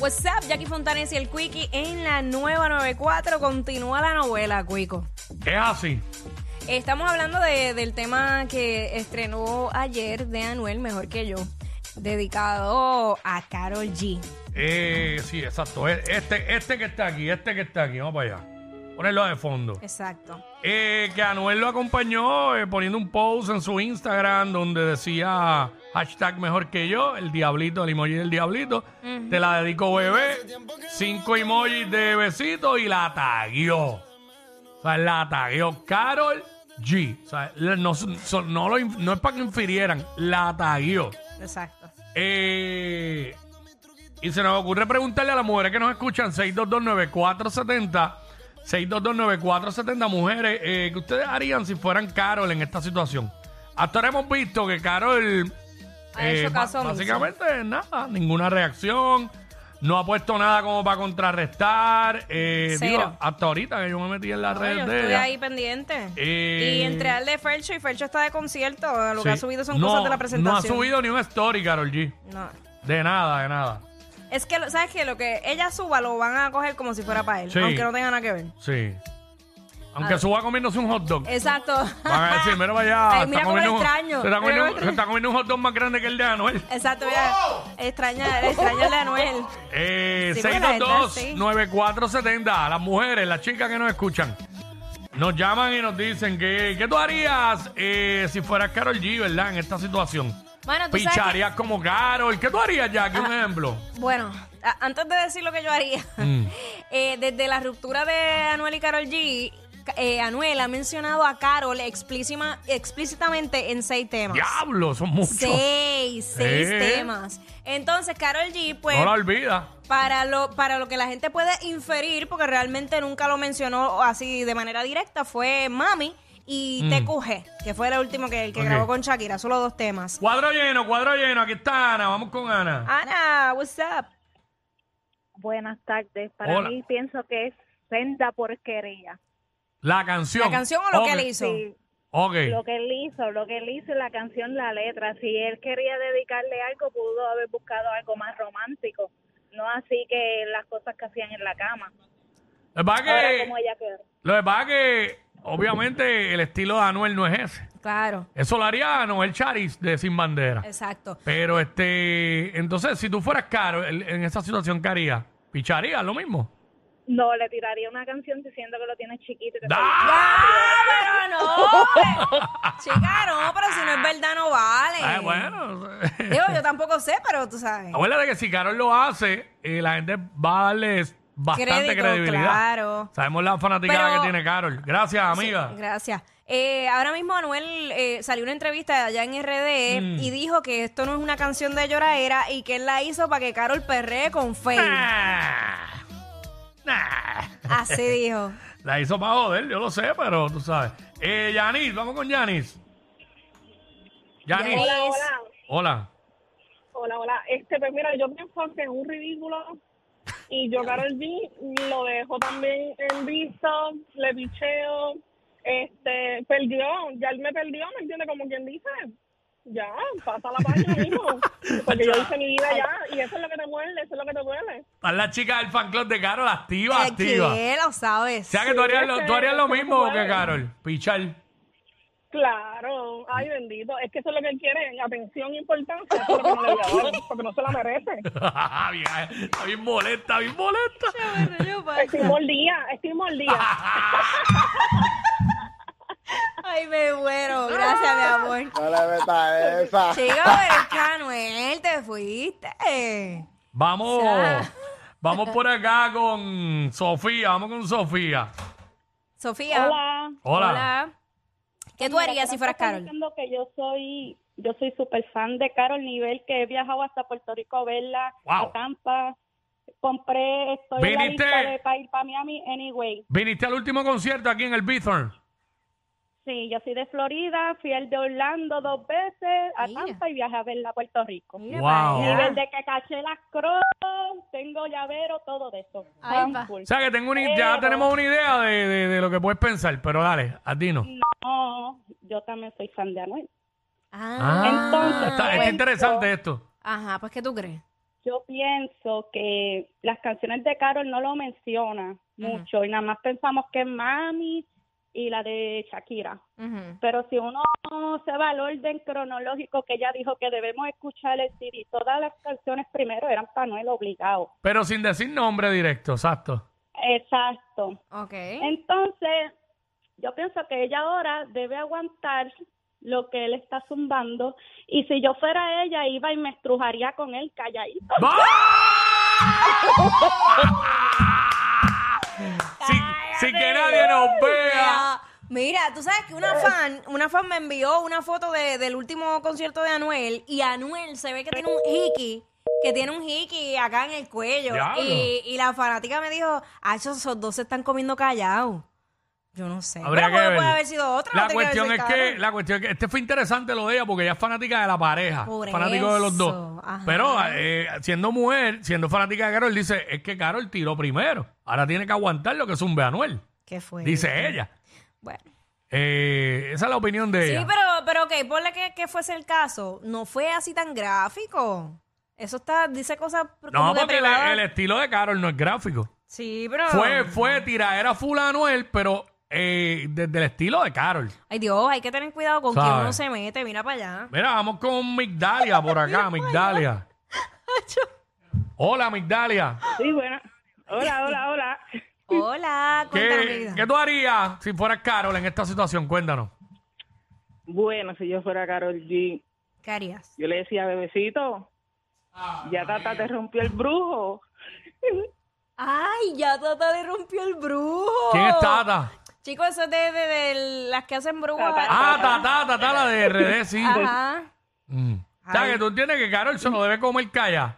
What's up, Jackie Fontanes y el Quickie en la nueva 94. Continúa la novela, Cuico. Es así. Estamos hablando de- del tema que estrenó ayer de Anuel, mejor que yo, dedicado a Carol G. Eh, sí, exacto. E- Este, este que está aquí, este que está aquí, vamos para allá. Ponerlo de fondo. Exacto. Eh, que Anuel lo acompañó eh, poniendo un post en su Instagram donde decía hashtag mejor que yo, el diablito, el emoji del diablito. Te la dedico bebé, cinco emojis de besito y la taguió. O sea, la taguió Carol G. O sea, le- no, so- no lo inf- no es para que infirieran, la taguió. Exacto. Eh, y se nos ocurre preguntarle a las mujeres que nos escuchan, 6229470, 6229470, mujeres, eh, ¿qué ustedes harían si fueran Carol en esta situación? Hasta ahora hemos visto que Carol... eh, Ha hecho ba- caso omiso. Básicamente nada, ninguna reacción, no ha puesto nada como para contrarrestar. eh, Cero. digo, hasta ahorita que yo me metí en la Yo red de estuve ella. ahí pendiente. Eh, y entre al de Fercho y Fercho está de concierto. Lo que Sí. ha subido son No, cosas de la presentación. No ha subido ni una story, Carol G. No. De nada, de nada. Es que, lo- ¿sabes qué? Lo que ella suba lo van a coger como si fuera para él, Sí. aunque no tenga nada que ver. Sí. Aunque suba comiéndose un hot dog. Exacto. Van a decir, mira vaya, Ah. Eh. Ay, mira cómo lo un, extraño. se está Mira comiendo cómo un- lo se está comiendo un hot dog más grande que el de Anuel. Exacto, mira. Extraña, extraña a Anuel. Eh, Sí, porque la verdad, 622-9470. Las mujeres, las chicas que nos escuchan. Nos llaman y nos dicen que, ¿qué tú harías eh, si fueras Carol G, verdad, en esta situación? Bueno, tú sabes que- Ah. Picharías como Carol. ¿Qué tú harías, Jackie? Un ejemplo. Bueno, a- antes de decir lo que yo haría, Mm. eh, desde la ruptura de Anuel y Carol G, ca- eh, Anuel ha mencionado a Carol explícima- explícitamente en seis temas. Diablo, son muchos. Seis, seis Eh. temas. Entonces, Carol G, pues, no la olvidas. para, lo, para lo que la gente puede inferir, porque realmente nunca lo mencionó así de manera directa, fue Mami y TQG, que fue el último que, el que Mm. Ok. grabó con Shakira, solo dos temas. Cuadro lleno, cuadro lleno. Aquí está Ana. Vamos con Ana. Ah. Ana, what's up? Buenas tardes. Para Hola. mí pienso que es senda porquería. La canción. ¿La canción o lo que Ok, él hizo? Sí, Ok. lo que él hizo, lo que él hizo y la canción, la letra. Si él quería dedicarle algo, pudo haber buscado algo más romántico. No así que las cosas que hacían en la cama. Lo que pasa Ahora, que, como ella quedó. lo que pasa que, obviamente, el estilo de Anuel no es ese. Claro, Eso lo haría Anuel Charis de Sin Bandera. exacto. Pero, este, entonces, si tú fueras caro el- en esa situación, ¿qué harías? ¿Picharías lo mismo? No, le tiraría una canción diciendo que lo tienes chiquito. y que ¡Ah! ¡Ah, pero no! eh. Chica, no, pero si no es verdad, no vale. Ay, Ah, bueno. Ah, Digo, yo tampoco sé, pero tú sabes. Acuérdate que si Carol lo hace, eh, la gente va a darle bastante Crédito, credibilidad. claro. Sabemos la fanaticada Pero- que tiene Carol. Gracias, amiga. Gracias. Eh, ahora mismo Anuel eh, salió una entrevista allá en RD Mm. y dijo que esto no es una canción de lloradera y que él la hizo para que Carol perree con Faye. Ah. Ah. Así dijo. La hizo para joder, yo lo sé, pero tú sabes. Eh, Yanis, vamos con Yanis. Yanis. Yanis. Hola, Es- hola. Hola. Hola, hola. Este, pues mira, yo pienso que es un ridículo. Y yo, Carol G, lo dejo también en visto, le picheo. Este, perdió, ya él me perdió, ¿me entiende? Como quien dice, ya, pasa la página, hijo. Porque yo hice mi vida ya, y eso es lo que te duele, eso es lo que te duele. Están las chicas del fan club de Carol, activa, Eh, activa. O ¿Qué? Lo sabes. sea que tú harías lo, tú harías lo mismo que Bueno. Carol, pichar. Claro, ay bendito, es que eso es lo que él quiere, atención, e importancia, eso es lo que no le voy a dar, porque no se la merece. Bien, está bien molesta, bien molesta. Estoy mordida, estoy mordida. Ay, me muero. Gracias, mi amor. No le metas esa. Chico, pero es que Anuel, te fuiste. Vamos, Ya. vamos por acá con Sofía, vamos con Sofía. Sofía. Hola. Hola. ¿Qué tú harías si fueras Carol? diciendo que yo soy yo soy súper fan de Carol nivel que he viajado hasta Puerto Rico a verla Wow. a Tampa compré estoy en la Viniste. lista de para ir para Miami anyway Viniste al último concierto aquí en el Bithorn. sí yo soy de Florida fui al de Orlando dos veces a Mira. Tampa y viajé a verla a Puerto Rico Mira Wow. para allá. nivel de que caché las cross tengo llavero todo de eso Ahí Fan va. full. O sea que tengo una, ya Pero- tenemos una idea de, de- de lo que puedes pensar, pero dale, Adino. no yo también soy fan de Anuel Ah, Ah, pues, está, está bueno. interesante esto. Ajá, pues ¿qué tú crees? Sí, yo pienso que las canciones de Carol no lo menciona mucho y nada más pensamos que es Mami y la de Shakira. Ujú. Pero si uno se va al orden cronológico que ella dijo que debemos escuchar el CD, todas las canciones primero eran para Noel obligado. Pero sin decir nombre directo, exacto. Exacto. Ok. Entonces, yo pienso que ella ahora debe aguantar lo que él está zumbando y si yo fuera ella iba y me estrujaría con él calladito. ¡Va! sin, sin que nadie nos vea. Mira, Mira, tú sabes que una Eh. fan, una fan me envió una foto de- del último concierto de Anuel y Anuel se ve que tiene un hickey, que tiene un hickey acá en el cuello. Diablo. Y, y la fanática me dijo, ah, esos esos dos se están comiendo callado. Yo no sé. Pero Habría que puede, ver. puede haber sido otra. no La tiene cuestión haber es sido que, Karol. la cuestión es que este fue interesante lo de ella porque ella es fanática de la pareja, Por fanático de los eso, dos. ajá. Pero eh, siendo mujer, siendo fanática de Carol, dice es que Carol tiró primero. Ahora tiene que aguantar lo que zumbe Anuel, ¿Qué fue? dice ella. Bueno. Eh, esa es la opinión de Sí, ella. pero, pero ok, ponle que, que fuese el caso. No fue así tan gráfico. Eso está, dice cosas Pues como no, de porque el, privada. Ah. el estilo de Carol no es gráfico. Sí, pero... Fue, fue tiradera full a Anuel, pero eh, desde el estilo de Carol. Ay, Dios, hay que tener cuidado con ¿Sabe? quién uno se mete. Mira para allá. Mira, vamos con Migdalia por acá, Migdalia. Hola, Migdalia. Sí, buena. Hola, hola, hola. Hola, cuéntame mi ¿Qué, vida. qué tú harías si fueras Carol en esta situación? Cuéntanos. Bueno, si yo fuera Carol G, ¿Qué harías? yo le decía, bebecito, ya Tata te rompió el brujo. Ay, ya Tata le rompió el brujo. ¿Quién es Tata? Chicos, eso es de, de- de las que hacen brujo. Ah, Tata, Tata, la de RD, sí. Ajá. Mm. O sea, Ay. que tú entiendes que Carol se lo debe comer calla.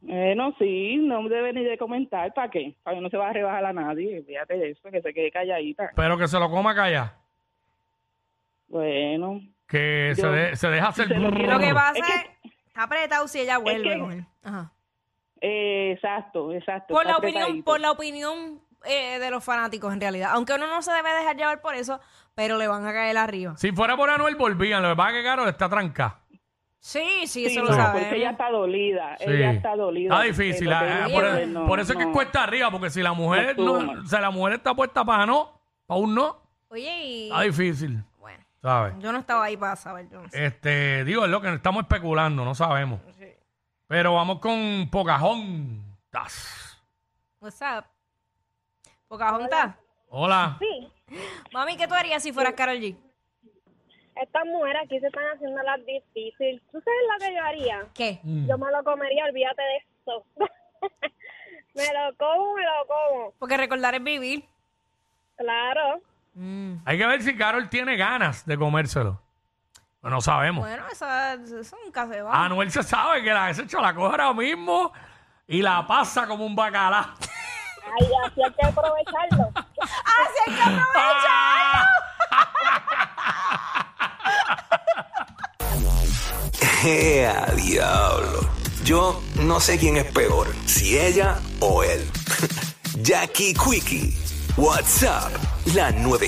Bueno, sí, no debe ni de comentar, ¿para qué? Para que no se va a rebajar a nadie, fíjate de eso, que se quede calladita. Pero que se lo coma calla. Bueno, Que se, Yo- de- se deja hacer... se lo quiero- Lo que pasa Es es, que- está apretado si ella vuelve que- con él. Ajá. eh, exacto, exacto. Por la está opinión, apretadito. por la opinión eh, de los fanáticos, en realidad. Aunque uno no se debe dejar llevar por eso, pero le van a caer arriba. Si fuera por Anuel, volvían. Lo que pasa es que Carol está tranca. Sí, sí, Sí, eso no, lo ¿eh? sabemos. porque ella está dolida, Sí. ella está dolida. difícil. Porque ah, lo que por, dice, no, por eso es que no. cuesta arriba, porque si la mujer No no, toma. o sea, la mujer está puesta para no, para un no, Oye, y... está difícil, Bueno, ¿sabes? yo no estaba ahí para saber. yo no sé. Este, digo, es lo que estamos especulando, no sabemos. Pero vamos con Pocahontas. What's up? Pocahontas. Hola. Sí, Mami, ¿qué tú harías si fueras Carol G? estas mujeres aquí se están haciendo las difíciles. ¿Tú sabes lo que yo haría? ¿Qué? Mm. Yo me lo comería, olvídate de eso. me lo como, me lo como. Porque recordar es vivir. Claro. Hay que ver si Carol tiene ganas de comérselo. Pues No sabemos. Bueno, eso, eso es un caso de baja. Anuel se sabe que la hecho la coge ahora mismo y la pasa como un bacalao. Ay, así hay que aprovecharlo. ¡Ah, sí, hay que aprovechar! ¡Ea, diablo! Yo no sé quién es peor, si ella o él. Jackie Quickie, WhatsApp, la 94.